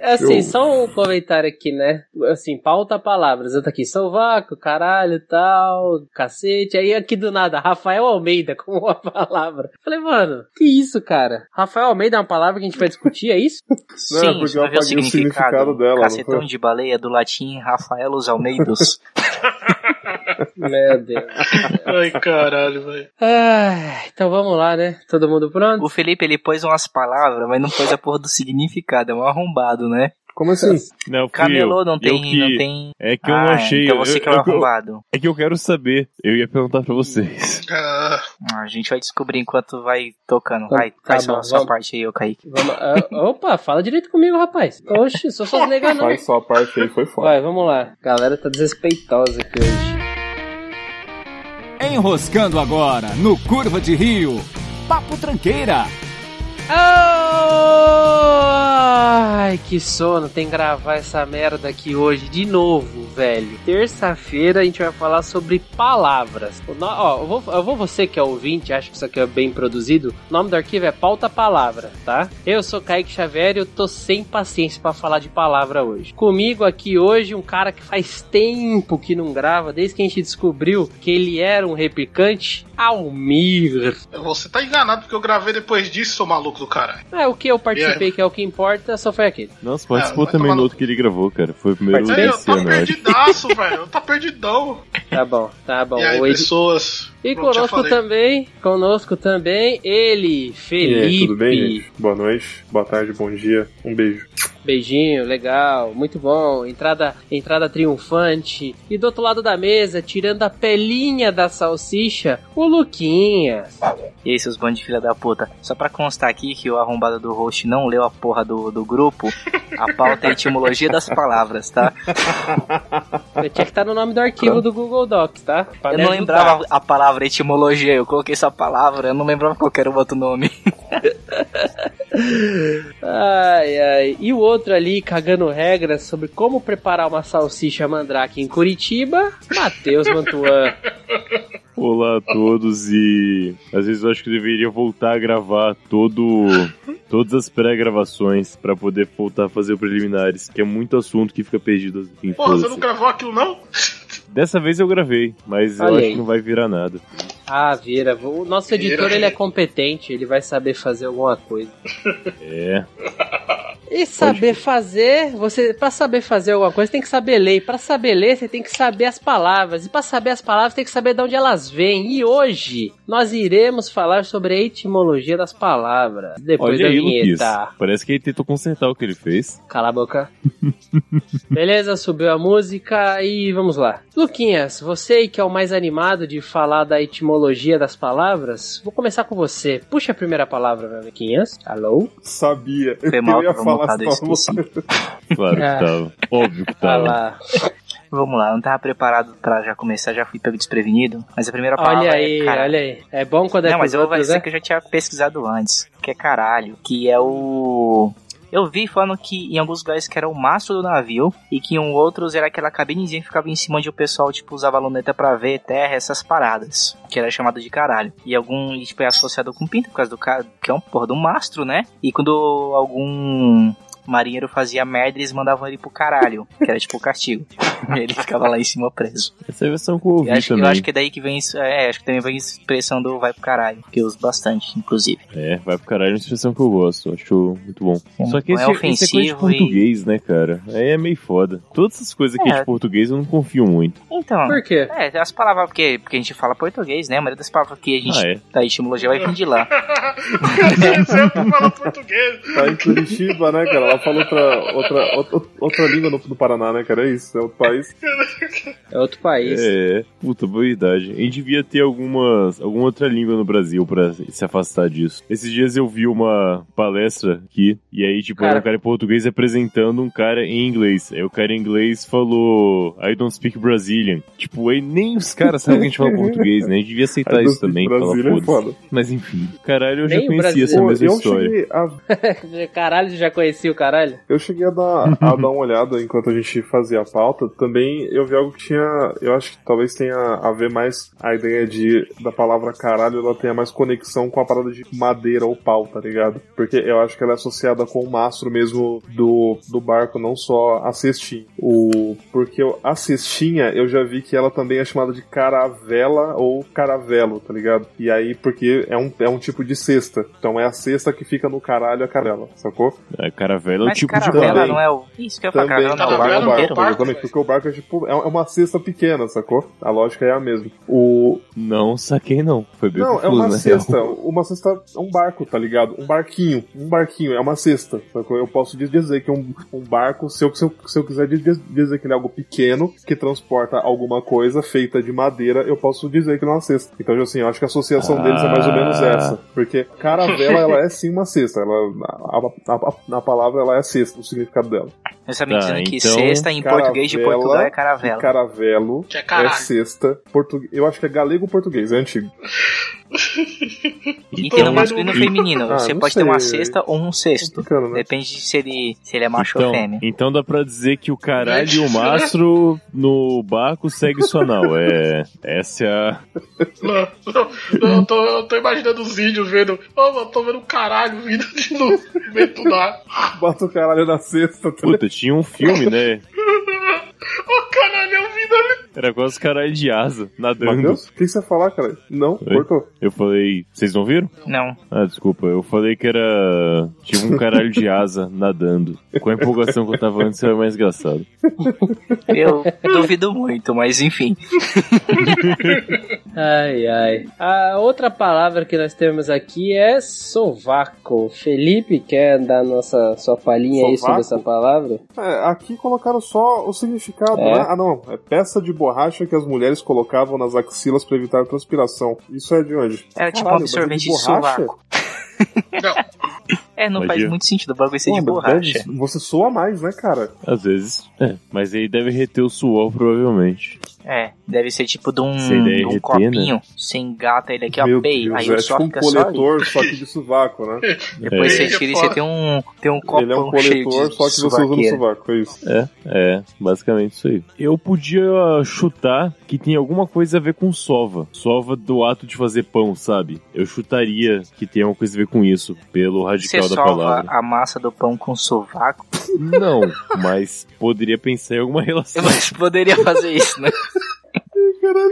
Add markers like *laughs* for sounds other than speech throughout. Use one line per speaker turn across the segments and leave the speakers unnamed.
Assim, só um comentário aqui, né? Assim, pauta palavras. Eu tô aqui, sou vaco, caralho, tal, cacete. Aí aqui do nada, Rafael Almeida *laughs* com uma palavra. Falei, mano, que isso, cara? Rafael Almeida é uma palavra que a gente vai discutir, é
*laughs*
isso?
Sim,
é porque
você
eu
vai ver o
apaguei o
significado.
significado dela, não
Cacetão
foi?
de baleia do latim Rafaelos Almeidos.
Meu Deus.
Ai, caralho, velho.
Ah, então vamos lá, né? Todo mundo pronto?
o Felipe, ele pôs umas palavras, mas não pôs a porra do significado. É um arrombado, né?
Como assim?
Não, fui
Camelô
eu.
não
Eu
tem,
que-
não tem...
É que eu não
ah,
achei.
então você
eu-
que é um
eu- eu-
arrombado.
é que eu quero saber. Eu ia perguntar pra vocês.
Ah,
Ah, A gente vai descobrir enquanto vai tocando.
Tá-
Vai,
tá
faz só
bom,
a sua
vamos.
parte aí, ô Kaique.
Vamos- ah, opa, fala direito comigo, rapaz. Oxe, sou
*laughs*
só legal não.
Faz só a parte aí, foi foda.
Vai, vamos lá. Galera tá desrespeitosa aqui hoje.
Enroscando agora no Curva de Rio. Papo Tranqueira.
Ai, que sono. Tem que gravar essa merda aqui hoje de novo, velho. Terça-feira a gente vai falar sobre palavras. O no- Ó, eu vou, eu vou você que é ouvinte, acho que isso aqui é bem produzido. O nome do arquivo é Pauta Palavra, tá? Eu sou Kaique Xavier e eu tô sem paciência pra falar de palavra hoje. Comigo aqui hoje um cara que faz tempo que não grava, desde que a gente descobriu que ele era um replicante, Almir.
você tá enganado porque eu gravei depois disso, seu maluco do caralho.
É, o que eu participei, que é o que importa, só foi aquele.
Nossa,
Ah,
participou
vai
também
tomar
no
no-
outro que ele gravou, cara. Foi o primeiro
Participei?
Eu
desse
tô
ano, eu acho.
perdidaço, *laughs* velho. Eu tô perdidão.
Tá bom, tá bom.
e aí,
O Edi-
pessoas.
E
Pronto, já
conosco
falei.
também, conosco também, ele,
E
Felipe.
aí, tudo bem, gente? Boa noite, boa tarde, bom dia, um beijo.
Beijinho, legal, muito bom. Entrada, entrada triunfante. E do outro lado da mesa, tirando a pelinha da salsicha, o Luquinha.
E aí, seus bandos de filha da puta. Só pra constar aqui que o arrombado do host não leu a porra do, do grupo, a pauta é a etimologia das palavras, tá?
Eu tinha que estar no nome do arquivo do Google Docs, tá? Pra
Eu
me
não
ajudar.
lembrava a palavra etimologia, eu coloquei essa palavra, eu não lembrava qualquer outro nome.
Ai, ai. E o outro ali cagando regras sobre como preparar uma salsicha mandrake em Curitiba, Matheus Mantuan.
Olá a todos e às vezes eu acho que eu deveria voltar a gravar todo todas as pré-gravações pra poder voltar a fazer o preliminares, que é muito assunto que fica perdido em
Porra,
todas.
você não gravou aquilo, não?
Dessa vez eu gravei, mas eu
Olha
acho
aí.
que não vai virar nada.
Ah, vira. O nosso
Vira.
editor ele é competente, ele vai saber fazer alguma coisa.
É.
E saber fazer, você para saber fazer alguma coisa tem que saber ler. Para saber ler você tem que saber as palavras e para saber as palavras tem que saber de onde elas vêm. E hoje nós iremos falar sobre a etimologia das palavras. Depois
Olha
da
aí, Luquinhas.
vinheta.
Parece que ele tentou consertar o que ele fez.
Cala a boca. *laughs* Beleza, subiu a música e vamos lá. Luquinhas, você que é o mais animado de falar da etimologia das palavras, vou começar com você. Puxa a primeira palavra, meu Luquinhas. Alô?
*laughs*
*laughs*
Sabia,
Foi mal,
*laughs* eu ia
foi
falar
montado, eu
só
esqueci.
Claro que
Ah.
tava. Óbvio que
Tá
tava.
lá.
Vamos lá, eu não tava preparado pra já começar, já fui pego desprevenido, mas a primeira palavra
Olha
é
aí,
caralho.
olha aí. É bom quando é
Não, mas
pros
eu vou
outros,
dizer
né?
que eu já tinha pesquisado antes, que é caralho, que é o. Eu vi falando que em alguns lugares que era o mastro do navio e que em um outros era aquela cabinezinha que ficava em cima onde o pessoal tipo usava a luneta pra ver terra, essas paradas, que era chamado de caralho. E algum e, tipo é associado com pinto por causa do cara, que é um porra do mastro, né? E quando algum marinheiro fazia merda, eles mandavam ele pro caralho, que era tipo o castigo. *laughs* E ele ficava lá em cima preso.
Essa é a versão que eu ouvi
Eu acho, que-
também.
eu acho que é daí que vem isso. É, acho que também vem a expressão do vai pro caralho, que eu uso bastante, inclusive.
É, vai pro caralho, é uma expressão que eu gosto, acho muito bom.
Sim,
Só que
não é
esse, esse é coisa de
ofensivo
português, né, cara? Aí é meio foda. Todas essas coisas que é.
É.
de português eu não confio muito.
Então.
Por quê?
É, as palavras, porque, porque a gente fala português, né? A maioria das palavras que a gente.
Ah, é?
Da etimologia vai vir de lá.
Sempre fala português.
Tá em Curitiba, né, cara? Ela fala outra, outra, outra, outra língua no, do Paraná, né, cara? É isso, é outro país.
É outro país.
É, puta, boa idade. A gente devia ter algumas, alguma outra língua no Brasil pra se afastar disso. Esses dias eu vi uma palestra aqui, e aí, tipo, era
Cara.
um cara em português apresentando um cara em inglês. Aí o cara em inglês falou, I don't speak Brazilian. Tipo, aí nem os caras sabem que a gente fala português, né? A gente devia aceitar
Aí,
isso também,
Brasília
falar
é
foda-se.
foda.
Mas enfim, caralho, eu já
Nem o
conhecia
Brasil.
essa
Pô,
mesma
eu
história.
É.
cheguei
*laughs*
a
Caralho, já conheci o caralho.
Eu cheguei a dar, a dar uma olhada enquanto a gente fazia a pauta. Também eu vi algo que tinha. Eu acho que talvez tenha a ver mais a ideia de da palavra caralho, ela tenha mais conexão com a parada de madeira ou pau, tá ligado? Porque eu acho que ela é associada com o mastro mesmo do, do barco, não só a cestinha. O, porque eu- a cestinha eu já vi que ela também é chamada de caravela ou caravelo, tá ligado? E aí, porque é um, é um tipo de cesta. Então é a cesta que fica no caralho a caravela, sacou?
A caravela é o
Mas
tipo de
caravela
barco.
também.
não é o. Isso que eu ia falar,
Também,
caravela não é o
Caravela
barco,
barco
barco,
inteiro.
barco,
exatamente,
velho.
porque o barco é tipo, é é uma cesta pequena, sacou? A lógica é a mesma. O...
Não, saquei não. Foi bem
Não, é
confuso,
uma
né?
cesta, uma cesta é um barco, tá ligado? Um barquinho, um barquinho, é uma cesta, sacou? Eu posso diz- dizer que um, um barco, se eu, se eu, se eu quiser diz- diz- dizer que ele é algo pequeno, que transporta alguma coisa feita de madeira, eu posso dizer que ele é uma cesta. Então, assim, eu acho que a associação
Ah.
deles é mais ou menos essa, porque caravela, ela é sim uma cesta, ela, a, a, a- a palavra, ela é cesta, o significado dela.
Você tá me
Tá,
dizendo que
então,
cesta em
caravela,
português de Portugal é caravela.
Caravelo.
Que é
É
caralho.
sexta, português. Eu acho que é galego-português, é antigo.
E
Então-
tem no masculino e no
e-
feminino.
Ah,
Você
não
pode ter uma
sei.
cesta ou um cesto. *laughs*
Bacana, né?
Depende de se ele, se ele é macho
então,
ou fêmea.
então dá pra dizer que o caralho e o mastro no barco segue sua nau. É, essa é a...
Não, não, não, eu, tô, eu tô imaginando os índios vendo. Ô, mano, tô vendo um caralho vindo de no meio do nada.
Bota o caralho na sexta. tá ligado?
Puta, tinha um filme, né?
Ô, caralho, eu vindo ali.
Era quase caralho de asa, nadando.
Matheus, o que você ia falar, cara? Não,
Oi?
cortou.
Eu falei... Vocês não viram?
Não.
Ah, desculpa, eu falei que era. Tive um caralho de asa nadando. Com a empolgação que eu tava antes, era mais engraçado.
*laughs*
Eu duvido muito, mas enfim.
Ai, ai. A outra palavra que nós temos aqui é sovaco. Felipe, quer dar nossa, sua palhinha aí sobre
Sovaco?
essa palavra?
É, aqui colocaram só o significado,
É.
né? Ah, não. É peça de borracha que as mulheres colocavam nas axilas pra evitar a transpiração. Isso é de onde?
Era tipo
Caralho,
um absorvente de
mas é de borracha?
sovaco.
Não,
É, não faz
Imagina.
muito sentido o bagulho ser de
Pô, mas deve-
borracha.
Você soa mais, né, cara?
Às vezes, é. Mas aí deve reter o suor, provavelmente.
É, deve ser tipo de um,
Sei lá,
de um
RT,
copinho. Você engata ele aqui, ó,
né? Meu
pei.
Deus,
Aí
é
o só
tipo um
fica só ali.
coletor, só que de sovaco, né?
Depois
É.
você tira e você tem um, tem um *laughs* copo
Ele é um
cheio de,
coletor,
de
só que você usa no
suvaqueira.
sovaco, é isso.
É, basicamente isso aí. Eu podia chutar que tem alguma coisa a ver com sova. Sova do ato de fazer pão, sabe? Eu chutaria que tem alguma coisa a ver com isso, pelo
Você
radical da
sova
palavra.
a massa do pão com sovaco.
Não, mas poderia pensar em alguma *laughs*
*laughs*
relação.
Mas poderia fazer isso, né?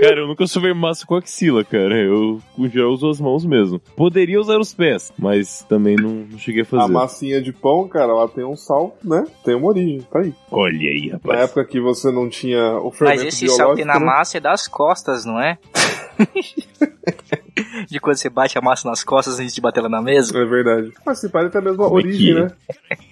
Cara, eu nunca sovei massa com axila, cara. Eu, em geral, uso as mãos mesmo. Poderia usar os pés, mas também não, não cheguei a
A
fazer.
massinha de pão, cara, ela tem um sal, né? Tem uma origem, tá aí.
Olha aí,
Na
rapaz.
época que você não tinha o fermento
Mas esse
biológico,
sal que na
né?
massa é das costas, não
*laughs*
é? de quando você bate a massa nas costas antes de bater ela na mesa.
É verdade. Mas se parece a mesma
Como é que
origem,
é?
né?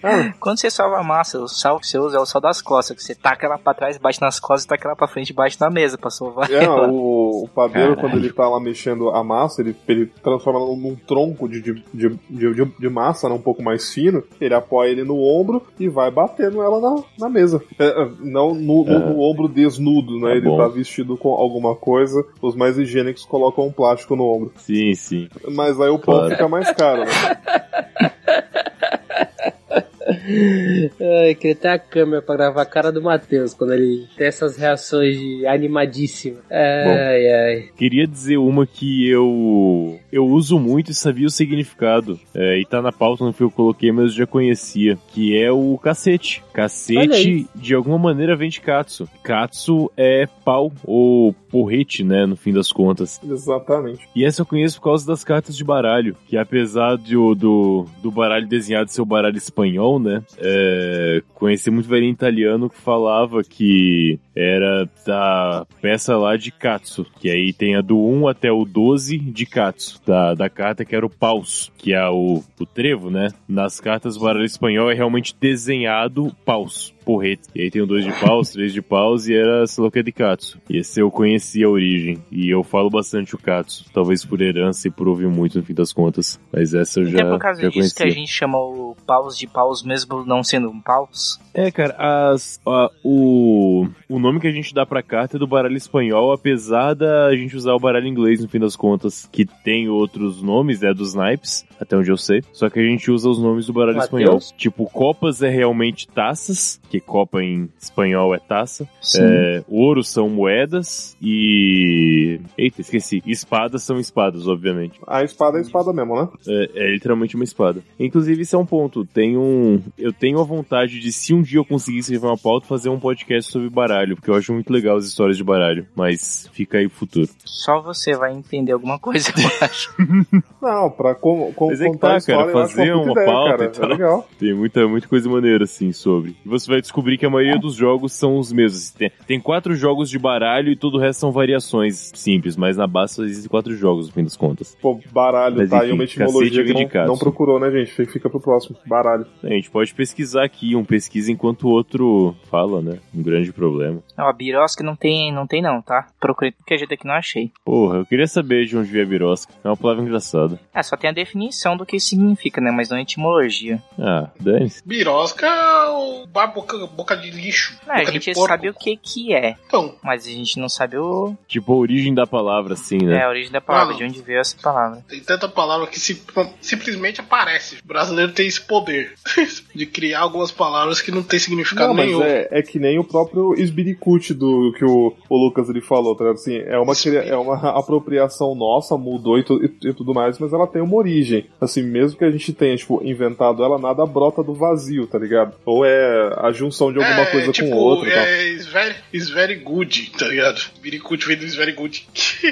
Ah,
Quando você salva a massa, o sal que você usa é o sal das costas. Que você taca ela pra trás, bate nas costas, taca ela pra frente, bate na mesa pra sovar
é,
ela.
o, o padeiro,
Caralho.
quando ele tá lá mexendo a massa, ele, ele transforma ela num tronco de, de, de, de, de- de massa, né, um pouco mais fino. Ele apoia ele no ombro e vai batendo ela na, na mesa. É, é, não no, no-
É.
no ombro desnudo, né?
Tá
ele
bom.
tá vestido com alguma coisa. Os mais higiênicos colocam um plástico no ombro.
Sim, sim.
Mas aí o pão
Claro.
fica mais caro, né?
Ai, queria ter a câmera pra gravar a cara do Matheus quando ele tem essas reações de animadíssima. Ai, ai.
Queria dizer uma que eu eu uso muito e sabia o significado. É, e tá na pauta, não foi eu que coloquei, mas eu já conhecia. Que é o cacete.
Olha
Cacete,
aí.
de alguma maneira, vem de katsu. Katsu é pau ou porrete, né, no fim das contas.
Exatamente.
E essa eu conheço por causa das cartas de baralho, que apesar do, do, do baralho desenhado ser o baralho espanhol, né? É, conheci muito velhinho italiano que falava que era da peça lá de Katsu, que aí tem a do 1 até o 12 de Katsu, da, da carta que era o paus, que é o, o trevo, né? Nas cartas do baralho espanhol é realmente desenhado paus. porretes. E aí tem o dois de paus, *laughs* três de paus e era sei lá o que de Katsu. E esse eu conheci a origem. E eu falo bastante o Katsu, talvez por herança e por ouvir muito no fim das contas. Mas essa eu já,
Então é por causa
já
disso que a
conhecia.
gente chama o paus de paus, mesmo não sendo um paus.
É, cara, as, a- o, o nome que a gente dá pra carta é do baralho espanhol, apesar da gente usar o baralho inglês no fim das contas, que tem outros nomes, né, dos naipes, até onde eu sei. Só que a gente usa os nomes do baralho
Mateus.
espanhol. Tipo, copas é realmente taças, que copa em espanhol é taça. É, ouro são moedas e. Eita, esqueci. Espadas são espadas, obviamente.
A espada é a espada mesmo, né?
É, é literalmente uma espada. Inclusive, isso é um ponto. Tem um... Eu tenho a vontade de, se um dia eu conseguir escrever uma pauta, fazer um podcast sobre baralho, porque eu acho muito legal as histórias de baralho. Mas fica aí pro futuro.
Só você vai entender alguma coisa, *laughs* eu acho.
Não, pra com, com,
Mas é que
contar
tá,
a história,
cara,
eu acho
fazer
uma, puta
uma
ideia,
pauta
cara.
e tal.
É legal.
Tem muita, muita coisa maneira, assim, sobre. E você vai descobrir que a maioria dos jogos são os mesmos. Tem, tem quatro jogos de baralho e todo o resto são variações simples, mas na base só existem quatro jogos, no fim das contas.
Pô, baralho,
Mas
tá aí
enfim,
uma
cacete,
etimologia
diga de
que não,
caso.
não procurou, né, gente? Fica- Fica pro próximo. Baralho.
A gente pode pesquisar aqui, um pesquisa enquanto o outro fala, né? Um grande problema.
Não, a birosca não tem, não tem não, tá? Procurei porque jeito aqui não achei.
Porra, eu queria saber de onde veio a birosca. É uma palavra engraçada.
Ah, só tem a definição do que significa, né? Mas não a etimologia.
Ah, dane-se.
Birosca é um bar boca, boca de lixo.
Não, É, a
boca
gente
de porco.
sabe o que que é,
Então,
mas a gente não sabe o...
Tipo, a origem da palavra, assim,
É,
né?
a origem da palavra,
Ah.
de onde veio essa palavra.
tem tanta palavra que se- simplesmente aparece. O brasileiro tem esse poder *laughs* de criar algumas palavras que não tem significado
Não, mas
nenhum.
é, é que nem o próprio esbiricute do que o, o Lucas ele falou, tá ligado? Assim, é uma, cria- é uma *laughs* apropriação nossa, mudou e, tu- e- e tudo mais, mas ela tem uma origem. Assim, mesmo que a gente tenha, tipo, inventado ela, nada brota do vazio, tá ligado? Ou é a junção de alguma
É,
coisa
tipo,
com outra e tal.
É, is very, is very good, tá ligado? Biricute vem do is very good. Que,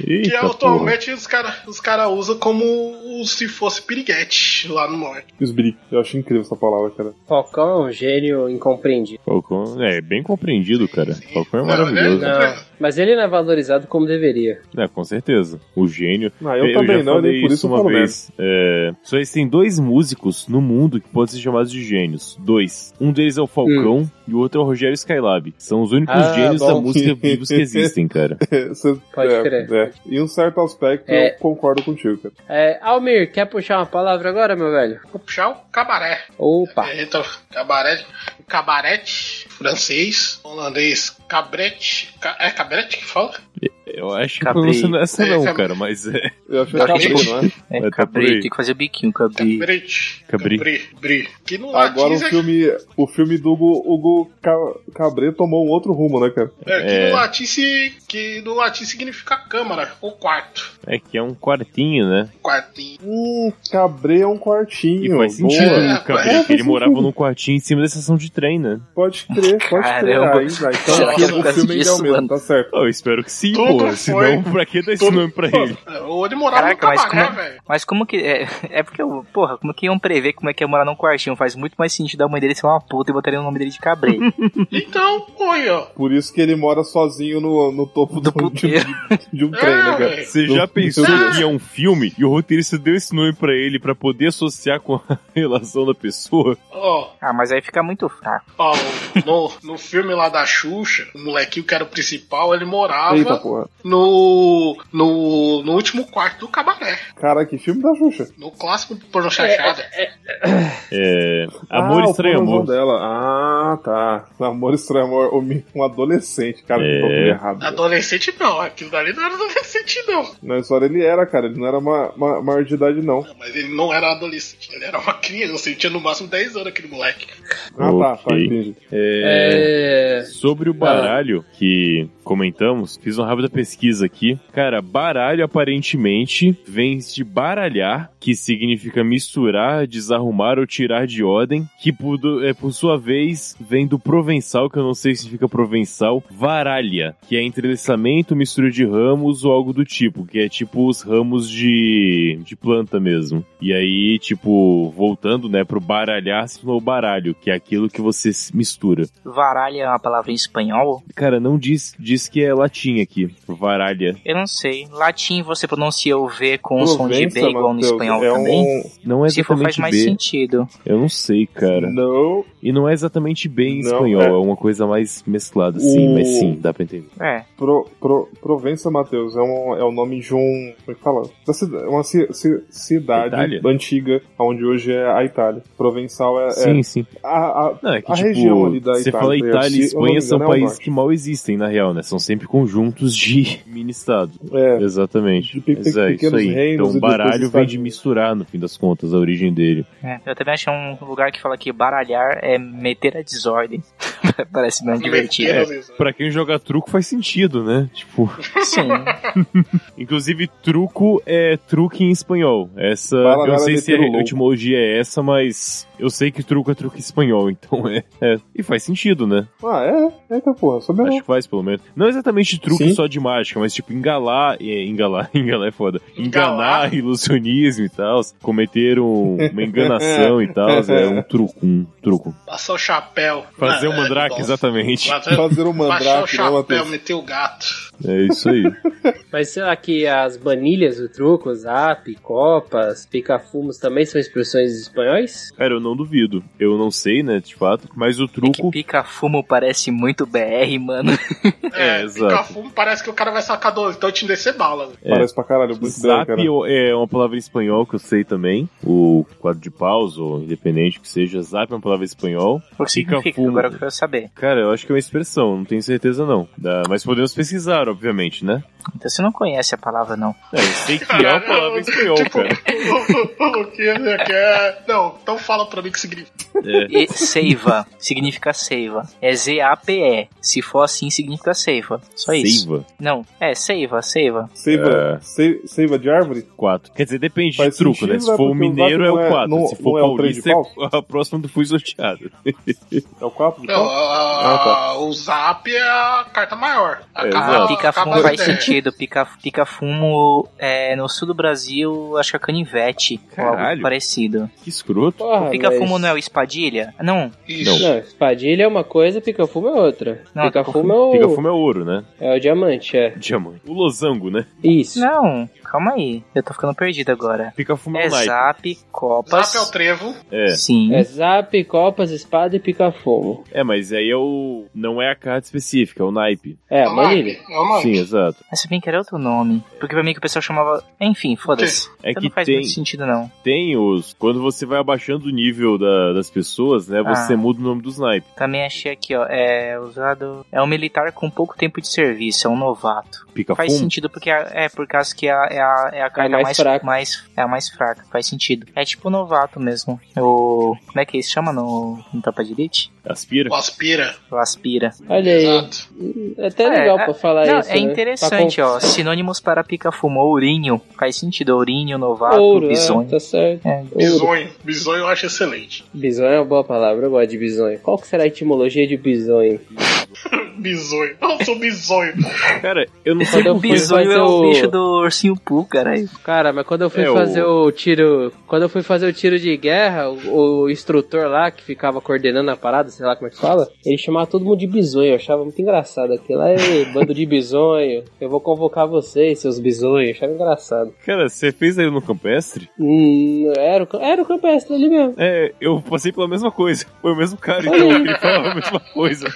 É, que
Eita, tá porra.
atualmente os caras os cara usam como se fosse piriguete lá no norte.
Esbiri. Eu acho incrível essa palavra, cara.
Falcão é um gênio incompreendido.
Falcão é bem compreendido, cara. Falcão é
Não,
maravilhoso.
né?
Não, mas ele não é valorizado como deveria.
É, com certeza. O gênio.
Não, Ah, eu, também
já
não,
falei
nem por isso eu
uma
falo mesmo.
vez. É, Só existem dois músicos no mundo que podem ser chamados de gênios. Dois. Um deles é o Falcão e o outro é o Rogério Skylab. São os únicos
Ah,
gênios da
Hum. bom.
música vivos que existem, cara.
Cê-
Pode
é,
crer.
é. Em um certo aspecto,
É.
eu concordo contigo, cara.
É, Almir, quer puxar uma palavra agora, meu velho?
Vou puxar o cabaré.
Opa!
É, Então, cabaré, cabarete, francês, holandês, cabrete. ca- é cabrete que fala?
Eu acho que
Capri.
pronúncia não é essa, não,
É,
cara, mas é.
Eu acho que
Tá
é
bem.
não
É,
é?
Mas tá por
cabrito,
aí.
tem que fazer o biquinho,
É.
cabrito.
Cabrete.
Cabri.
Cabri. Bri. Que no
Agora o
latim é-
filme, o filme do Hugo, Hugo Ca- Cabret tomou um outro rumo, né, cara?
é, que,
é.
No latim, se- que no latim significa câmara, ou quarto.
É que é um quartinho, né?
Quartinho.
Hum, Cabret é um
E
quartinho.
faz
boa.
sentido
boa.
no cabelo,
É,
porque ele
faz
morava
sentido.
num quartinho em cima da estação de trem, né?
Pode crer, pode
Caramba.
crer. Aí, vai. Então,
Será que é
por
o
causa
filme ainda é
disso,
o mesmo,
mano?
tá certo.
Eu espero que sim,
Tudo
pô. Senão, pra que dar esse
Tudo
nome pra ele?
É, Ou ele morava
Caraca,
no
mas
cabaré,
como-
velho.
Mas como que. É, *laughs* é porque, eu- porra, como que iam prever como é que ia morar num quartinho? Faz muito mais sentido a mãe dele ser uma puta e botaria o nome dele de cabrito.
Então, pô, aí, ó.
Por isso que ele mora sozinho no, no topo
do
do, de,
Tipo,
puteiro.
de um
É,
trem, né, cara?
velho.
Você já
Não,
pensou
meu
Deus.
que é um filme e o roteirista deu esse nome pra ele pra poder associar com a *laughs* relação da pessoa?
Ó,
Ah, mas aí fica muito fraco.
ó, no, no filme lá da Xuxa, o molequinho que era o principal, ele morava
Eita porra.
no, no, no último quarto do cabaré.
Cara, que filme da Xuxa.
No clássico do porno chachada.
É.
Ah,
Amor
o
estranho
pornozão
amor.
Dela. Ah, tá. Amor estranho amor. Um um adolescente, cara,
É.
que falou errado.
Adolescente não, aquilo dali não era adolescente não.
Na história ele era, cara. Ele não era uma, uma maior de idade, não.
Mas ele não era adolescente, ele era uma criança, ele tinha no máximo 10 anos aquele moleque.
Ah, tá, tá,
Ok.
entendi.
É.
É...
Sobre o baralho que comentamos, fiz uma rápida pesquisa aqui. Cara, baralho aparentemente vem de baralhar, que significa misturar, desarrumar ou tirar de ordem, que por, do- é, por sua vez vem do provençal, que eu não sei se significa provençal, varalha, que é entrelaçamento, mistura de ramos ou algo do tipo, que é tipo os ramos de, de planta mesmo. E aí, tipo, voltando, né, pro baralhar, se tornou baralho, que é aquilo que você s- mistura.
Varalha é uma palavra em espanhol Varalho?
Cara, não diz, diz que é latim aqui. Varalha.
Eu não sei. Latim você pronuncia o V com o Um som de
Provença,
B igual no
Matheus,
espanhol
é
também?
um...
Não é
Se for, Tipo, faz
exatamente
mais
B.
sentido.
Eu não sei, cara.
Não,
E não é exatamente B em
Não,
espanhol,
é.
é. uma coisa mais mesclada, sim,
O-
mas sim, dá pra entender.
É.
Pro, Pro- Provença, Matheus, é, um, é o nome de um. Como é que fala? Da cida- uma ci- ci- cidade
Itália?
antiga, onde hoje é a Itália. Provençal é. é
Sim, sim.
a, a-
Não, é que,
A
tipo,
região ali da
você
Itália,
fala
eu
Itália e
sei- eu não me
Espanha são
engano, é o
países
norte.
que mal existem, na real, né? São sempre conjuntos de *laughs* mini-estados.
é,
Exatamente.
De pe-
Mas é, isso
pequenos
aí.
reinos e
então,
depois
baralho vem
estados.
de misturar, no fim das contas, a origem dele.
É, eu também achei um lugar que fala que baralhar é meter a desordem. *laughs* Parece bem divertido.
é.
Mentiras, isso.
Pra quem joga truco faz sentido, né? Tipo,
Sim.
inclusive truco é truque em espanhol. Essa,
Fala,
eu não
galera,
sei se a
meter o louco.
etimologia é essa, mas eu sei que truco é truque em espanhol, *laughs* então é. é. E faz sentido, né?
Ah, é? Eita porra, sou
Acho
mesmo.
que faz, pelo menos. Não exatamente truque
Sim.
só de mágica, mas tipo, engalar. É, engalar, *laughs* engalar é foda.
Engalar?
Enganar, ilusionismo e tal. Cometer um- uma enganação e tal. É um truco, um truco.
Passar o chapéu.
Fazer
Ah,
um mandrake,
nossa.
exatamente.
Fazer
*laughs* Baixar o
um mandrake, né,
chapéu,
Matheus?
meter o gato.
É isso aí.
Mas será que as banilhas do truco, zap, copas, pica-fumos também são expressões espanhóis?
Cara, eu não duvido. Eu não sei, né, de fato, mas o
É que
truco.
pica-fumo parece muito BR, mano.
*laughs*
*laughs*
É,
É,
exato.
fica fumo, parece que o cara vai sacar dois, então te descer bala.
É.
Parece pra caralho, muito bem,
Zap
cara.
é uma palavra em espanhol que eu sei também. O quadro de paus, ou independente que seja, zap é uma palavra em espanhol.
O que significa?
Pica-fumo.
Agora eu quero saber.
Cara, eu acho que é uma expressão, não tenho certeza não. Dá- Mas podemos pesquisar, obviamente, né?
Então você não conhece a palavra, não.
É, eu sei que é uma palavra em espanhol,
Tipo, *laughs*
cara.
o é, Luquinha já quer. Não, então fala pra mim que significa.
É.
E seiva significa seiva. É Z-A-P-E. Se for assim, significa seiva. Só isso.
Seiva,
Não, é seiva, seiva.
Seiva,
É.
se- seiva de árvore?
4. Quer dizer, depende
Faz
de truco, né?
sentido,
Se
né?
for o
Porque o
mineiro
zap
é o
não é-
4.
não-
Se for
não é o três de
paulista, é *laughs* a próxima do fui sorteado.
É o 4 de
Não,
pau?
a-
Ah, tá.
o zap é a carta maior. A
É,
Ah,
carta-
exato.
a carta
pica-fumo faz
mais dez.
sentido. Pica- Pica-fumo é, no sul do Brasil, acho que é canivete. Ou
Caralho.
algo parecido.
Que escroto.
Porra,
Pica-fumo
mas-
não é o espadilha? Não,
Isso.
Não, espadilha é uma coisa, pica-fumo é outra.
Não,
Pica-fumo é o...
Pica-fumo é ouro, né?
é o diamante, é.
Diamante. O losango, né?
Isso.
não. Calma aí. Eu tô ficando perdido agora.
Pica-fumo é
É
o naipe.
zap, copas.
Zap é o trevo.
É.
Sim.
É zap, copas, espada e pica-fumo.
É, mas aí é o. Não é a carta específica, é o naipe.
É, a
uma
banilha.
É uma
Sim, exato.
Mas se bem que era outro nome. Porque pra mim que o pessoal chamava. Enfim, foda-se.
É
Então
que
não faz
tem,
muito sentido, não.
tem os. Quando você vai abaixando o nível da- das pessoas, né? Você
Ah.
muda o nome dos naipes.
Também achei aqui, ó. É usado. É um militar com pouco tempo de serviço, é um novato. Faz
Pica-fumo.
sentido porque é, é por causa que é a, é a, é a carta
mais
mais,
fraca.
mais- É a mais fraca, faz sentido. É tipo um novato mesmo. O. Como é que ele se chama no, no Tapa de Elite?
Aspira.
O aspira.
O aspira.
Olha aí.
Exato.
É até
É,
legal
é-
pra falar
Não,
isso,
é
né?
interessante,
Pra
ó. Sinônimos para pica-fumo. Ourinho. Faz sentido. Ourinho,
conf-
novato,
Ouro,
bisonho.
é, tá certo.
É,
Ouro.
Bisonho. Bisonho eu acho excelente.
Bisonho é uma boa palavra, eu gosto de bisonho. Qual que será a etimologia de bisonho?
Bisonho. Eu sou bisonho.
Cara, eu não sei
*laughs*
Quando eu
por
fui
quê.
Bisonho
fazer
é o
o-
bicho do ursinho Poo, caralho.
Cara, mas quando eu fui
É, o-
fazer o... tiro. Quando eu fui fazer o tiro de guerra, o, o instrutor lá que ficava coordenando a parada, sei lá como é que fala, ele chamava todo mundo de bisonho. Eu achava muito engraçado aquilo. Aí, bando de bisonho, eu vou convocar vocês, seus bisonhos. Eu achava engraçado.
Cara, você fez aí no campestre?
Hum, era, o, cam- era o campestre ali mesmo.
É, eu passei pela mesma coisa. Foi o mesmo cara, então ele falava a mesma
*laughs*
coisa.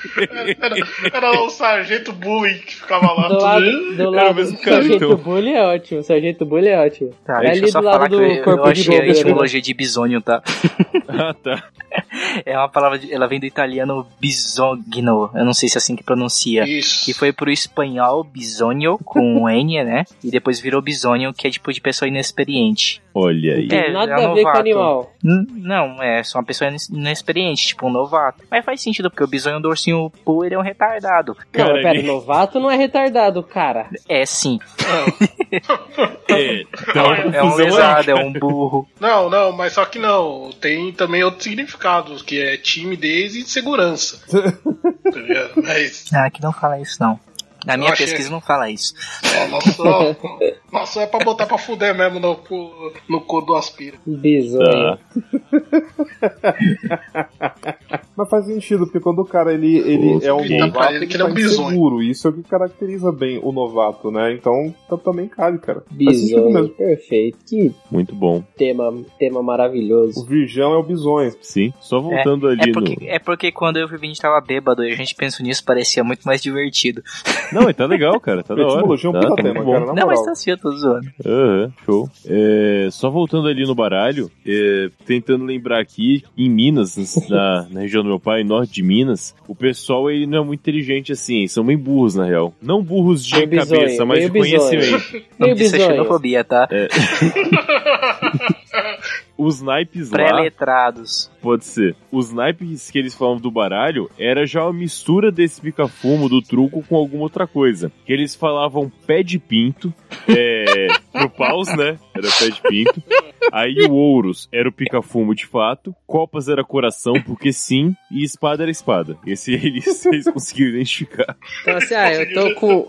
Era, era o sargento bullying que ficava
Ah,
lá.
Do lado, do lado.
mesmo cara,
sargento
então.
Bully é ótimo, sargento Bully é ótimo.
Tá,
É
deixa
ali
eu só
do lado
falar que
do
eu, eu
corpo de
achei a
bombeiro, né?
etimologia de bisonho, tá?
*laughs* ah, tá.
*laughs* É uma palavra, de- ela vem do italiano bisogno, eu não sei se é assim que pronuncia.
Isso.
Que foi pro espanhol bisonho, com *laughs* um N, né? E depois virou bisonho, que é tipo de pessoa inexperiente.
Olha aí.
Não tem
É,
nada
é
a ver com
novato.
animal.
N- Não, é só uma pessoa ines- inexperiente, tipo um novato. Mas faz sentido, porque o bisonho do ursinho Poo, ele é um retardado.
Não,
Cara,
mas pera,
ele-
novato não é retardado, cara.
É sim,
É, então,
é um lesado, é um burro.
Não, não, mas só que não. Tem também outro significado, que é timidez e insegurança. *laughs* Tá ligado? mas
*laughs* Ah, que não fala isso não. Na minha
Eu achei-
pesquisa não fala isso.
ó, nosso, nosso é pra botar pra fuder mesmo no, cu- no cu do aspira.
Bisonho.
Tá.
Mas faz sentido, porque quando o cara ele, ele é um
Ele tá
novato,
pra ele
ele
que ele é um
tá
bisonho.
inseguro. E isso é o que caracteriza bem o novato, né? Então tá, também cabe, cara. Faz sentido
Bisonho,
mesmo.
perfeito. Que
Muito bom.
tema, tema
O
maravilhoso.
virgão é o bisonho.
Sim. Só voltando ali
É
no.
porque, é porque quando eu e o Vini tava bêbado e a gente pensou nisso, parecia muito mais divertido.
Não, e tá legal, cara.
*laughs*
Tá da hora.
Etimologia é um
tá,
puta
tá
tema,
muito bom.
cara. Na
não,
moral.
mas tá assim, eu tô zoando.
Aham, show. É, só voltando ali no baralho, é, tentando lembrar aqui, em Minas, na, na região do meu pai, norte de Minas, o pessoal ele não é muito inteligente assim, são bem burros na real. Não burros de
Meio bizonho,
cabeça, mas de
meio bizonho.
conhecimento.
Não
Meio
é
disse
bizonho.
xenofobia, tá?
Os naipes lá,
Pré-letrados.
pode ser. Os naipes que eles falavam do baralho era já uma mistura desse pica-fumo do truco com alguma outra coisa. Que eles falavam pé de pinto, *laughs* é, pro paus, né? Era pé de pinto. Aí o Ouros era o pica-fumo de fato, Copas era coração, porque sim, e espada era espada. Esse eles, *laughs* eles conseguiram identificar.
Então assim, ah, eu tô com.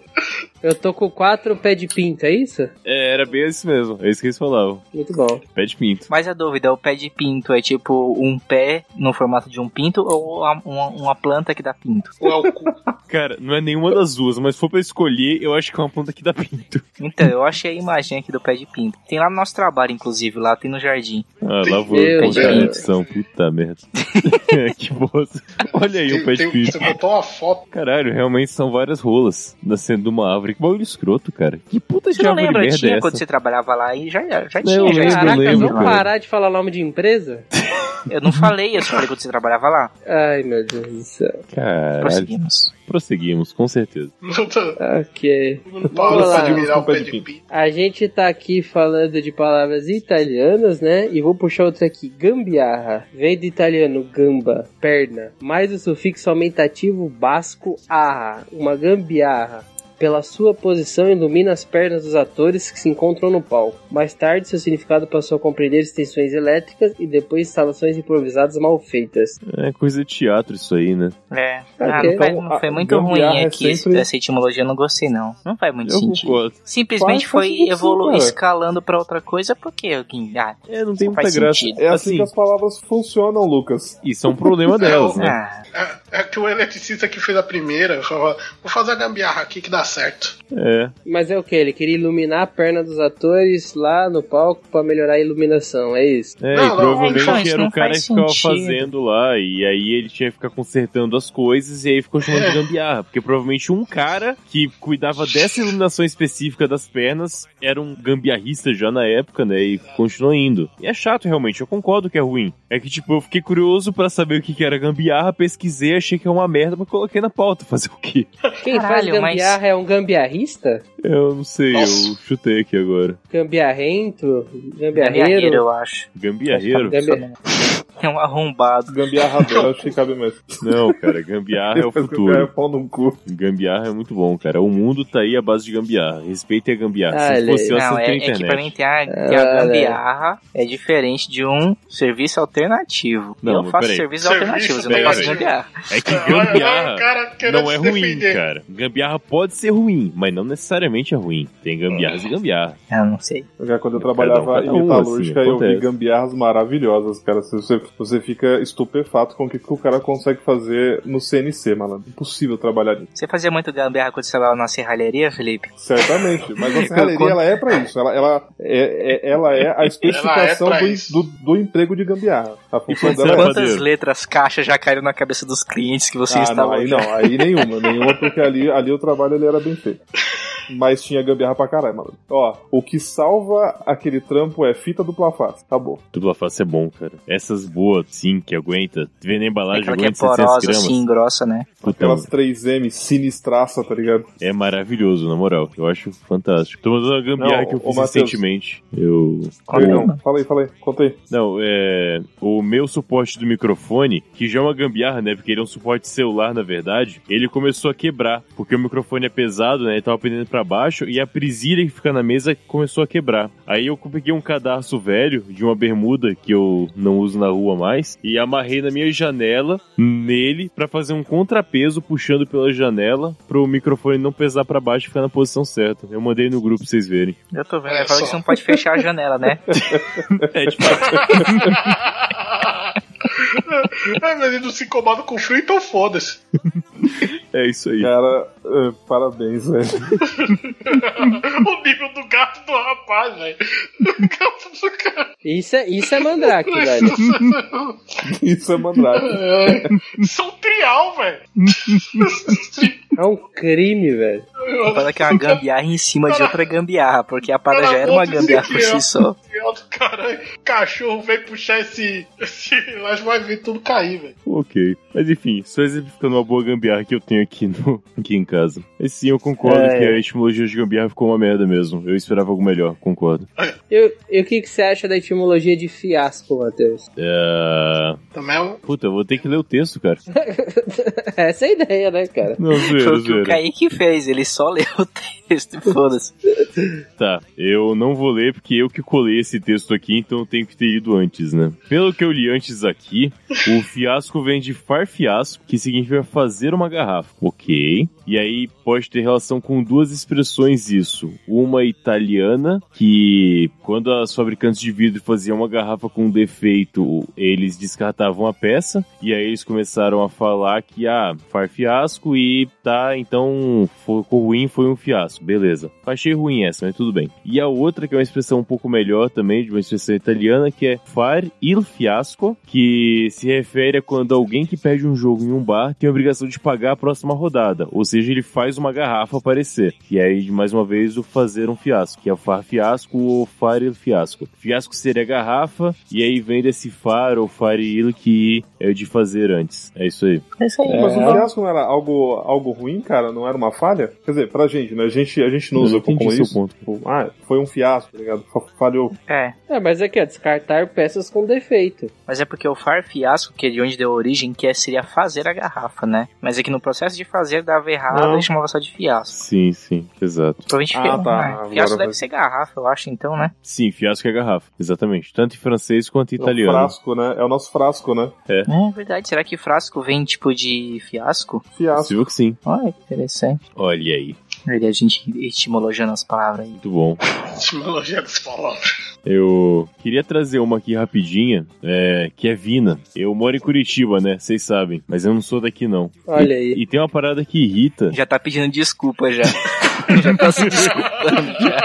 Eu tô com quatro pé de pinto, é isso?
É, era bem isso mesmo, é isso que eles falavam.
Muito bom.
Pé de pinto.
Mas a dúvida, o pé de pinto é tipo um pé no formato de um pinto ou a- uma, uma planta que dá pinto?
Ou é o cu?
Cara, não é nenhuma das duas, mas se for pra escolher, eu acho que é uma ponta que dá pinto.
Então, eu achei a imagem aqui do pé de pinto. Tem lá no nosso trabalho, inclusive, lá tem no jardim.
Ah, lá vou
Meu
eu contar a
Deus.
edição, puta merda. *laughs* que bosta. Olha aí o
um
pé de
Tem- tem-
pinto.
Você botou uma foto.
Caralho, realmente são várias rolas nascendo de uma árvore. Que bagulho escroto, cara. Que puta
Você
de
não
árvore
lembra?
merda é
Tinha
essa?
quando você trabalhava lá e já, já
Não, eu lembro,
tinha. já tinha.
Caraca,
lembro,
vamos
cara.
parar de falar nome de empresa?
Eu não falei, eu só falei quando você trabalhava lá.
Ai, meu Deus do céu.
Caralho,
Prosseguimos.
prosseguimos, com certeza.
Não tá-
Ok.
Não para
lá.
pra admirar o pé de
Desculpa,
pinto.
A gente tá aqui falando de palavras italianas, né? E vou puxar outra aqui. Gambiarra. Vem do italiano gamba, perna. Mais o sufixo aumentativo basco arra. Uma gambiarra. Pela sua posição, ilumina as pernas dos atores que se encontram no palco. Mais tarde, seu significado passou a compreender extensões elétricas e depois instalações improvisadas mal feitas.
É coisa de teatro isso aí, né?
É.
Ok.
Ah, não foi,
Então,
não foi
a
muito ruim
gambiarra é
aqui.
sempre-
Essa etimologia eu não gostei, não. Não faz muito
Eu
sentido.
concordo.
Simplesmente
Faz- faz
foi
sentido,
evolu
cara.
escalando pra outra coisa, porque alguém. Ah,
É, não tem
Não
muita
faz
graça.
sentido.
É assim
assim,
que as palavras funcionam, Lucas.
isso é um
*laughs*
problema delas, né?
ah,
É, é que o eletricista que fez a primeira falou: vou fazer a gambiarra aqui que dá certo.
É.
Mas é o que? Ele queria iluminar a perna dos atores lá no palco pra melhorar a iluminação, é isso?
É,
Não,
e
não,
provavelmente
então, isso
era
não
o cara que
faz
ficava
sentido.
fazendo lá, e aí ele tinha que ficar consertando as coisas, e aí ficou chamando de
É.
gambiarra. Porque provavelmente um cara que cuidava dessa iluminação específica das pernas era um gambiarrista já na época, né? E continuou indo. E é chato, realmente, eu concordo que é ruim. É que, tipo, eu fiquei curioso pra saber o que que era gambiarra, pesquisei, achei que era uma merda, mas coloquei na pauta *laughs* fazer o quê?
Quem
Caralho,
faz
mas-
gambiarra é um gambiarrista?
Eu não sei,
Nossa.
eu chutei aqui agora.
Gambiarrento?
gambiarreiro,
Gambiarreiro?
eu acho.
Gambiarreiro?
Gambi-
É um arrombado.
Gambiarrador, acho que cabe mesmo.
Não, cara, gambiarra
*laughs*
é o futuro.
É pau no cu.
Gambiarra é muito bom, cara. O mundo tá aí à base de gambiarra. Respeitem a gambiarra.
Ah,
Se fosse eu,
Não,
acertei
é,
a
é que pra mim
internet.
tem a, tem a gambiarra é diferente de um serviço alternativo.
Não,
eu
mas
faço
peraí.
serviços
Serviço
alternativos, eu não faço
alternativo.
gambiarra.
É
*laughs*
que
Olha lá, o
gambiarra
cara querendo
não é
se
ruim,
defender.
cara. Gambiarra pode ser ruim, mas não necessariamente é ruim. Tem gambiarras e gambiarra.
Eu não sei.
Já quando eu
Cada um,
trabalhava
cada
em
um,
metalúrgica,
assim,
eu vi
acontece.
gambiarras maravilhosas, cara. Você, você fica estupefato com o que, que o cara consegue fazer no CNC, mano. Impossível trabalhar nisso.
Você fazia muito gambiarra quando você estava na serralheria, Felipe?
Certamente. Mas a
*laughs*
serralheria,
concordo.
ela é pra isso. Ela, ela, é, é- ela é a especificação
pra
do,
isso.
do, do emprego de gambiarra. A função
quando você
dela é
vai
Quantas
Padeiro.
letras caixa já caíram na cabeça dos clientes que
assim,
você
ah,
estava
não, aí não, aí nenhuma, nenhuma, porque ali, ali o trabalho ele era bem feito. Mas tinha gambiarra pra caralho, mano. Ó, o que salva aquele trampo é fita dupla face. Acabou.
Tudo a face é bom, cara. Essas boas, sim, que aguenta. Vendo a embalagem,
Aquela que é
aguenta 700
porosa,
gramas.
assim, grossa, né?
Puta,
Aquelas 3M sinistraça, tá ligado?
é maravilhoso, na moral. Eu acho fantástico. Tô mandando uma gambiarra
Não,
que eu
ô,
fiz
Matheus. é
recentemente. Eu...
Conta
eu-
uma.
Fala aí, fala aí, conta aí.
Não, é. O meu suporte do microfone, que já é uma gambiarra, né? Porque ele é um suporte celular, na verdade, ele começou a quebrar. Porque o microfone é pesado, né? Ele tava pendendo pra baixo e a presilha que fica na mesa começou a quebrar. Aí eu peguei um cadarço velho de uma bermuda que eu não uso na rua mais e amarrei na minha janela nele pra fazer um contrapeso puxando pela janela pro microfone não pesar pra baixo e ficar na posição certa. Eu mandei no grupo pra vocês verem.
Eu tô vendo.
Olha
Ele Fala
só.
que você não pode fechar a janela, né?
É tipo,
*laughs* É, mas ele não se incomoda com frio, então foda-se.
É isso aí.
Cara, é, parabéns, *laughs* velho.
o nível do gato do rapaz, velho. O gato do
*laughs*
cara.
Isso é, isso é mandrake, velho.
Isso
*laughs*
é mandrake.
É, São trial, velho.
É um crime, velho.
Fala que é uma gambiarra em cima de outra gambiarra, porque a parada
Cara,
já era uma
vou dizer
gambiarra
que
por
é.
si só.
Trial do caralho. Cachorro vem puxar esse. esse laje vai ver tudo cair, velho.
Ok. Mas enfim, só exemplificando uma boa gambiarra que eu tenho aqui, no, *laughs* aqui em casa. E sim, eu concordo
É.
que a etimologia de gambiarra ficou uma merda mesmo. Eu esperava algo melhor, concordo.
Eu- E o que, que você acha da etimologia de fiasco, Matheus? *laughs*
É...
Também é um.
Puta, eu vou ter que ler o texto, cara.
Essa é a ideia, né, cara?
Não,
Foi
zoeira,
*laughs* o que o
zoeira.
Kaique fez, ele só leu o *laughs* texto e foda-se.
Tá, eu não vou ler porque eu que colei esse texto aqui, então eu tenho que ter lido antes, né? Pelo que eu li antes aqui, o fiasco vem de farfiasco, que significa fazer uma garrafa. Ok. E aí pode ter relação com duas expressões isso. Uma italiana, que quando as fabricantes de vidro faziam uma garrafa com defeito, eles descartavam a peça. E aí eles começaram a falar que, ah, far fiasco e tá, então ficou ruim, foi um fiasco. Beleza. Achei ruim essa, mas tudo bem. E a outra, que é uma expressão um pouco melhor também, de uma expressão italiana, que é far il fiasco, que se refere a quando alguém que perde um jogo em um bar tem a obrigação de pagar a próxima rodada. Ou seja, ele faz uma garrafa aparecer. E aí, mais uma vez, o fazer um fiasco, que é far fiasco ou far il fiasco. Fiasco seria a garrafa, e aí vem desse far ou far il que é o de fazer antes. É isso aí.
É isso aí,
Mas o fiasco não era algo, algo ruim, cara? Não era uma falha? Quer dizer, pra gente, né? A gente, a gente não usa
entendi
como
seu
isso.
ponto.
Tipo, ah, foi um fiasco, tá ligado? Fa- Falhou.
É,
É, mas aqui, ó, descartar peças com defeito.
mas é porque o far fiasco, que é de onde deu origem, que é, seria fazer a garrafa, né? Mas é que no processo de fazer dava errado
Não.
e chamava só de fiasco.
Sim, sim, exato.
Provavelmente
Ah,
fiasco,
tá,
né?
agora
Fiasco
vai-
deve ser garrafa, eu acho, então, né?
Sim, fiasco é garrafa. Exatamente. Tanto em francês quanto em
É o
italiano.
frasco, né? É o nosso frasco, né?
É verdade, será que frasco vem tipo de fiasco?
Fiasco.
Possível que sim.
Olha, que interessante.
Olha aí.
Olha a gente etimologando as palavras aí.
Muito bom.
Etimologia é das palavras.
Eu queria trazer uma aqui rapidinha, é, que é Vina. Eu moro em Curitiba, né? Vocês sabem. Mas eu não sou daqui, não.
Olha aí.
E tem uma parada que irrita.
Já tá pedindo desculpa já. já tá se desculpando já.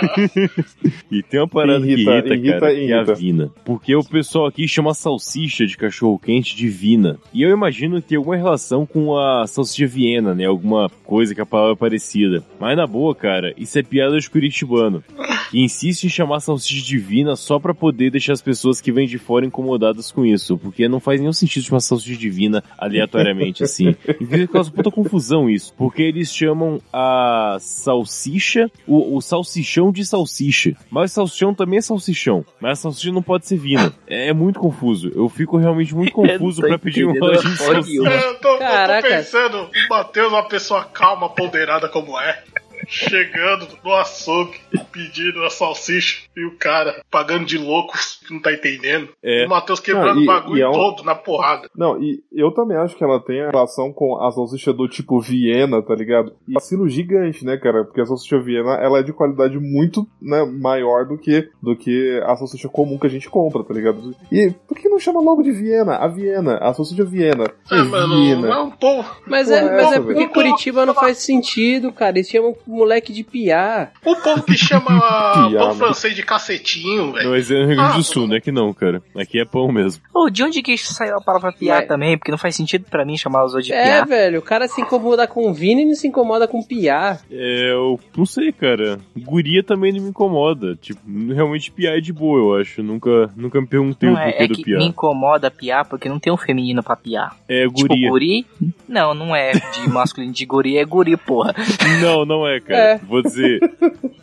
E tem uma parada
Irrita,
que irrita,
irrita,
cara, que é
irrita.
a Vina. Porque o pessoal aqui chama salsicha de cachorro-quente de Vina. E eu imagino que tem alguma relação com a salsicha Viena, né? Alguma coisa que a palavra é parecida. Mas na boa, cara, isso é piada de curitibano. Que insiste em chamar salsicha de Vina só pra poder deixar as pessoas que vêm de fora incomodadas com isso. Porque não faz nenhum sentido chamar salsicha de Vina aleatoriamente,
*laughs*
assim. E vira que causa puta confusão isso. Porque eles chamam a salsicha, o, o salsichão de salsicha. Mas salsichão também é salsichão. Mas salsicha não pode ser vina. É, é muito confuso. Eu fico realmente muito *laughs* confuso
*laughs* Eu não
pra
tô
pedir um
Tá entendendo
lanche
a
de
porra
salsicha.
nenhuma.
É, eu tô, eu tô
Caraca.
pensando, o Matheus é uma pessoa calma, ponderada como é. Chegando no açougue, pedindo a salsicha, e o cara pagando de louco, que não tá entendendo.
É.
E o Matheus quebrando
Não, e-
o bagulho
e é um-
todo na porrada.
Não, e eu também acho que ela tem a relação com a salsicha do tipo Viena, tá ligado? E vacilo gigante, né, cara? Porque a salsicha Viena, ela é de qualidade muito, né, maior do que, do que a salsicha comum que a gente compra, tá ligado? E por que não chama logo de Viena? A Viena, a salsicha Viena.
É, mano,
né?
é um povo.
Mas é,
Porra,
mas é
essa,
porque
velho.
Curitiba não faz sentido, cara. Eles chamam o moleque de piá.
O um povo que
*laughs*
chama o
Piada.
pão francês de cacetinho, velho.
Mas é no Rio Grande do Sul, não é que não, cara. Aqui é pão mesmo.
Ô, de onde que saiu a palavra piar
Mas-
também? Porque não faz sentido pra mim chamar os outros de
É,
piar.
velho, o cara se incomoda com Vini e não se incomoda com piá.
É, eu não sei, cara. Guria também não me incomoda. Tipo, realmente piar é de boa, eu acho. Nunca, nunca me perguntei
Não,
o porquê
é, é
do
que
piar.
me incomoda piar porque não tem um feminino pra piar.
É
*laughs* Tipo,
guria.
guri? Não, não é de masculino de guri, é guri, porra.
Não, não é, cara. Vou dizer.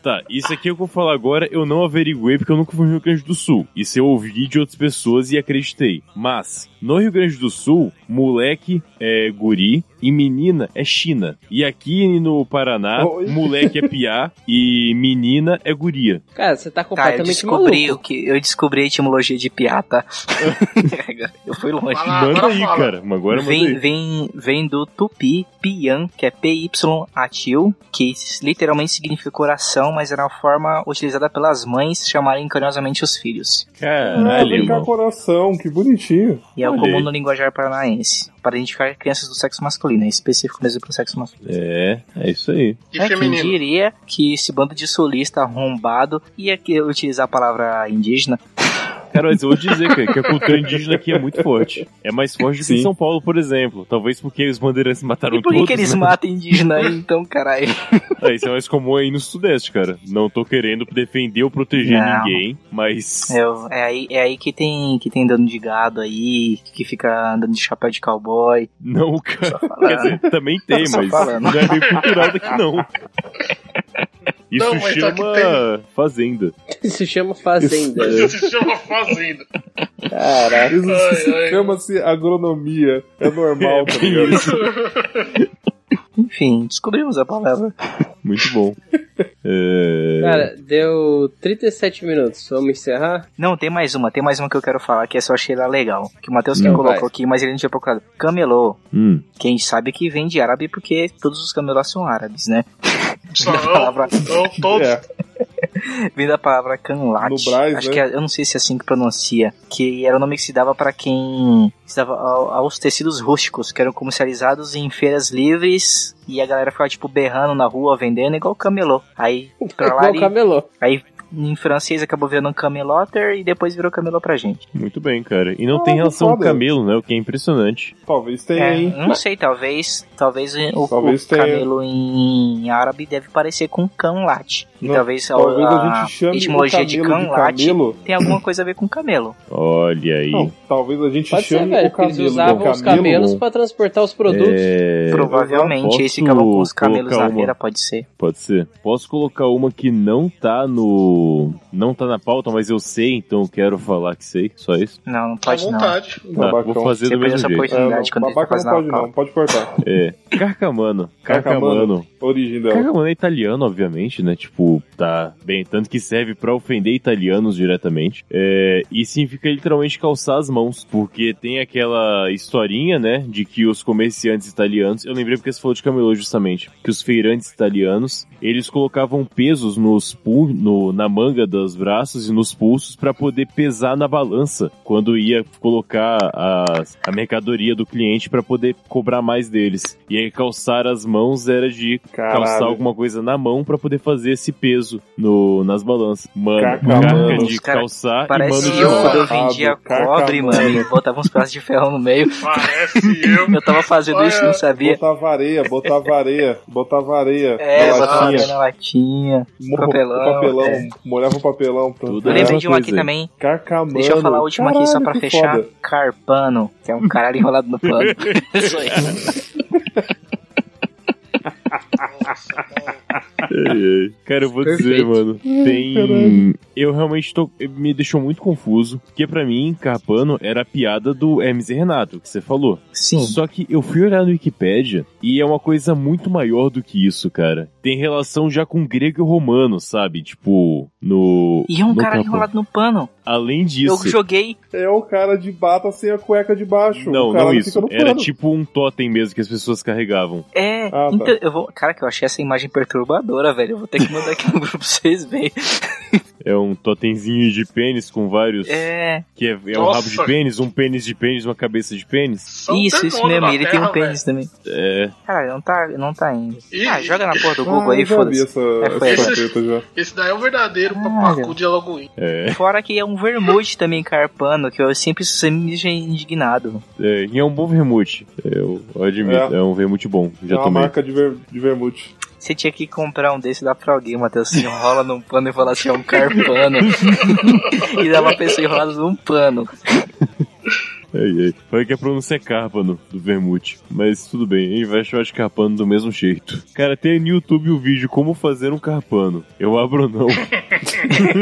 Tá, isso aqui eu vou falar agora, eu não averiguei porque eu nunca fui no Rio Grande do Sul. Isso eu ouvi de outras pessoas e acreditei. Mas, no Rio Grande do Sul, moleque é guri e menina é China. E aqui no Paraná,
Oi.
moleque é piá e menina é guria.
Cara, você tá
Tá, eu
completamente
descobri o
maluco.
que. Eu descobri a etimologia de piar, tá? eu fui longe.
Fala,
Manda
agora
aí,
fala.
cara. Mas Agora manda
Vem,
aí.
vem, vem do tupi pian, que é PY-atil, que literalmente significa coração, mas era uma forma utilizada pelas mães chamarem carinhosamente os filhos.
Ah,
Caralho,
vem cá,
irmão.
coração, que bonitinho.
E é é o
Olha
comum
aí.
no linguajar paranaense. Para identificar crianças do sexo masculino, é específico mesmo para o sexo masculino.
É, é isso aí.
E
É, quem
feminino.
diria que esse bando de solista arrombado ia que- utilizar a palavra indígena?
Cara, mas eu vou dizer cara, que a cultura indígena aqui é muito forte. É mais forte do que
Sim.
em São Paulo, por exemplo. Talvez porque os bandeirantes mataram
e por que,
todos,
que eles
né?
matam indígena aí, então, caralho?
Ah, isso é mais comum aí no Sudeste, cara. Não tô querendo defender ou proteger
Não.
ninguém, mas...
É, o- é aí, é aí que, tem, que tem dano de gado aí, que fica andando de chapéu de cowboy.
Não, cara. *laughs*
falando.
Quer dizer, também tem,
Só
mas
falando.
não é bem cultural daqui, não. Isso
Não, mas só que
chama fazenda.
*laughs*
Isso chama fazenda.
É.
Isso se chama fazenda.
Caraca.
Isso
Ai, ai.
chama-se agronomia. É normal, tá
bem
ligado?
isso.
Enfim, descobrimos a palavra.
Muito bom. É...
Cara, deu 37 minutos. Vamos encerrar?
Não, tem mais uma, tem mais uma que eu quero falar, que essa eu achei lá legal. Que o Matheus que
Então
colocou
vai.
aqui, mas ele não tinha procurado. Camelô.
Hum.
Quem sabe que vem de árabe, porque todos os camelôs são árabes, né?
Só
Vem da
não,
palavra,
não todos.
É,
vem da palavra canlat.
No Brás,
acho
né?
que é, eu não sei se é assim que pronuncia. Que era o nome que se dava pra quem se dava ao- aos tecidos rústicos, que eram comercializados em feiras livres e a galera ficava tipo berrando na rua, vendendo, igual camelô. Aí pra lá
Igual
e-
camelô.
em francês acabou virando cameloter e depois virou camelô pra gente.
Muito bem, cara. E não
Ah,
tem
que
relação com
foda.
camelo, né? O que é impressionante.
talvez tenha,
É,
hein?
não sei, talvez, talvez o,
Talvez
o
tenha.
camelo em árabe deve parecer com canlat. E
Não,
talvez, a-
Talvez
então, a,
a gente chame o
etimologia
camelo
de
de
canlat
camelo.
tem alguma coisa a ver com camelo.
Olha aí.
Não, talvez a gente
Pode ser,
chame
velho,
o
porque eles
camelo.
usavam
o
os cabelos pra transportar os produtos.
É,
Provavelmente
posso
esse é acabou com os camelos
colocar
na
uma-
beira, pode ser.
Pode ser. Posso colocar uma que não tá no. Não tá na pauta, mas eu sei, então eu quero falar que sei. Só isso.
Não, não
À
pode não.
vontade.
Tá,
Babacão.
vou fazer do
então. Você perdeu
mesmo
essa
jeito.
É,
oportunidade
não,
quando ele tá
babaca não
fazendo
pode
a pauta.
não, pode cortar.
É. Carcamano. Carcamano.
Origem dela.
Carcamano é italiano, obviamente, né? Tipo, tá bem. Tanto que serve pra ofender italianos diretamente. É, e significa literalmente calçar as mãos. Porque tem aquela historinha, né? De que os comerciantes italianos. Eu lembrei porque você falou de camelô justamente. Que os feirantes italianos. Eles colocavam pesos nos pul no, na manga dos braços e nos pulsos pra poder pesar na balança. Quando ia colocar as- a mercadoria do cliente pra poder cobrar mais deles. E aí calçar as mãos era de calçar
Caralho.
alguma coisa na mão pra poder fazer esse peso no, nas balanças. Mano,
Caca,
carca
mano.
de
Os cara-
calçar e
Parece
mano de
eu
*laughs*
mano.
mão.
quando eu
Errado,
vendia
carca,
cobre, mano,
mano.
e botava uns pedaços de ferro no meio.
Parece eu.
*laughs* Eu tava fazendo isso e não sabia.
Botava areia, botava areia, botava areia.
É,
na
botava
latinha,
até na latinha.
mo-
papelão,
papelão,
é.
molhava o papelão. pra-
Tudo
Eu
É,
lembrei
uma
de uma aqui
coisa aí.
também.
Carcamano.
Deixa eu falar a última aqui só pra
Caralho, que
fechar.
foda.
Carpano, que é um caralho enrolado no
*laughs*
pano. Isso aí.
Ai, ai. Cara, eu vou dizer,
Perfeito.
mano. Tem. Eu realmente tô. Me deixou muito confuso. Porque pra mim, Carpano era a piada do Hermes e Renato, que você falou.
Sim.
Só que eu fui olhar no Wikipédia e é uma coisa muito maior do que isso, cara. Tem relação já com grego e romano, sabe? Tipo, no.
E é um
no Carpano.
caralho enrolado no pano.
Além
Eu
disso.
joguei.
É o cara de bata sem a cueca de baixo.
Não,
o cara
não
que
isso.
fica no
Era
pano.
tipo um totem mesmo que as pessoas carregavam.
É,
Ah, tá.
então eu vou. Cara, que eu achei essa imagem perturbadora, velho. Eu vou ter que mandar aqui no grupo pra vocês verem.
É um totemzinho de pênis com vários.
É.
Que é, é um
Nossa.
rabo de pênis, um pênis de pênis, uma cabeça de pênis.
Só um
isso, isso
demônio
mesmo.
na
E ele tem
Terra,
um pênis também.
É.
Caralho, não tá, não tá indo.
Ih.
Ah, joga na porra
*laughs*
do Google
Ah,
aí,
eu já vi
foda-se.
essa,
É, foi
essa
essa.
treta já.
velho. Esse daí é o verdadeiro
Caralho.
papacu de Alagoinha.
É,
Fora que é um vermute também carpano, que eu sempre, sempre me deixa indignado.
é, e é um bom vermute. Eu admito, é,
É.
um vermute bom. Já
é uma
tomei.
marca de, ver, de vermute.
Você tinha que comprar um desse e dar pra alguém, Matheus. Se enrola num pano e fala assim, é um carpano. *laughs* e dá uma pessoa enrolada num pano.
Ai, ai. Foi que a pronúncia é Carpano do vermute. Mas tudo bem, a gente vai chamar de Carpano do mesmo jeito. Cara, tem no YouTube o vídeo Como Fazer um Carpano. Eu abro ou não.
*laughs*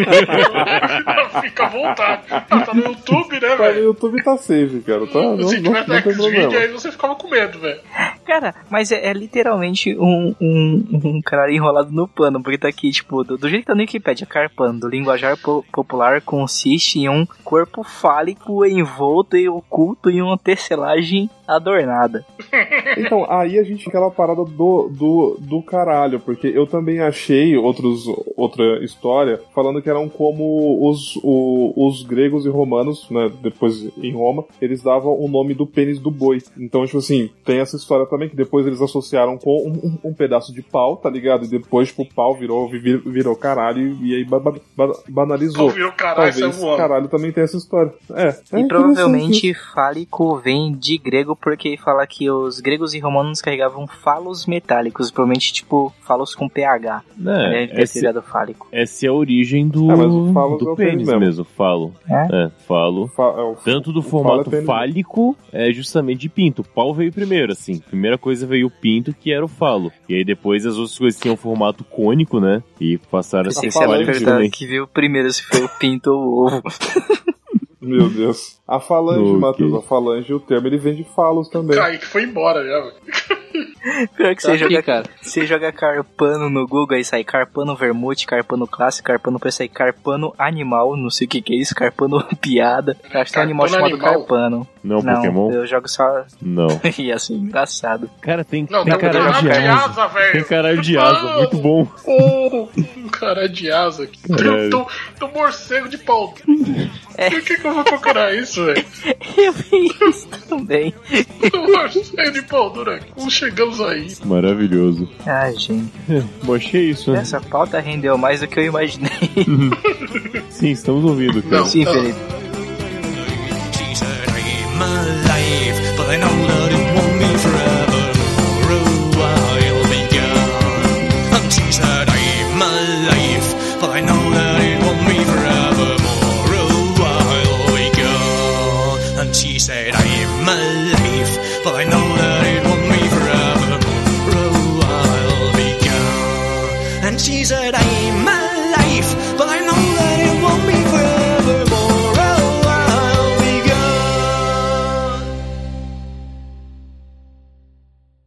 Fica à vontade. Ah, tá no YouTube, né,
Cara, o
velho?
YouTube tá safe, cara.
*laughs*
Tá, não, não,
Se
não
tivesse
tem
X-Video, aí
problema.
você ficava com medo, velho.
Cara, mas é, é literalmente um, um, um cara enrolado no pano, porque tá aqui, tipo, do, do jeito que tá no Wikipedia, carpano, do linguajar po- popular consiste em um corpo fálico envolto e oculto em uma tecelagem adornada.
Então, aí a gente tem aquela parada do, do, do caralho, porque eu também achei outros, outra história, falando que eram como os, o- os gregos e romanos, né, depois em Roma, eles davam o nome do pênis do boi. Então, tipo assim, tem essa história também que depois eles associaram com um, um- um pedaço de pau, tá ligado? E depois, tipo, o pau virou, vir- virou caralho e aí ba- ba- ba- banalizou.
Ouviu, caralho,
Talvez
saiu voando.
caralho também tem essa história. É. é
E
interessante
provavelmente fálico vem de grego, porque fala que os gregos e romanos carregavam falos metálicos, provavelmente tipo falos com pH.
Né?
Deve ter
Essa,
tirado fálico.
essa é a origem do,
É, mas o falo é
do
o pênis
pênis
mesmo.
mesmo, falo. É, falo.
Fa- é, o-
Tanto do
O falo é
formato
pênis.
fálico é justamente de pinto. O pau veio primeiro, assim. Primeira coisa veio o pinto, que era o falo. E aí depois as outras coisas tinham formato cônico, né? E passaram a
Assim,
ser
é
se ela
fálicos
perguntar
também.
que viu primeiro se foi o pinto ou o ovo.
Meu Deus. A falange,
Ok.
Matheus, a falange, o termo, ele vem de falos também.
Kaique foi embora já, velho.
Pior que
Tá aqui,
você joga,
cara.
você joga carpano no Google, aí sai carpano vermute, carpano clássico, carpano vai sair carpano animal, não sei o que que é isso, carpano *laughs* piada. Eu Acho que tem um animal
Carpano
chamado
animal?
carpano.
Não,
não,
Pokémon?
eu jogo só... *laughs*
Não.
e assim, engraçado. *laughs*
Cara, tem,
Não,
tem
tem, um
caralho de
cara de
asa.
asa,
Tem
velho.
caralho de asa,
Mano!
muito bom.
Pô, um cara de asa aqui. Tem um,
Caralho.
tem um- tem um morcego de pau. Por que, que eu vou procurar isso, velho?
Eu vi isso também.
Tem um morcego de pau dura. Como chegamos aí?
Maravilhoso.
Ah, gente.
Bom, acho que é isso, né?
Essa pauta rendeu mais do que eu imaginei. *laughs*
Sim, estamos ouvindo, cara.
Não.
Sim, Felipe.
She's a dream alive.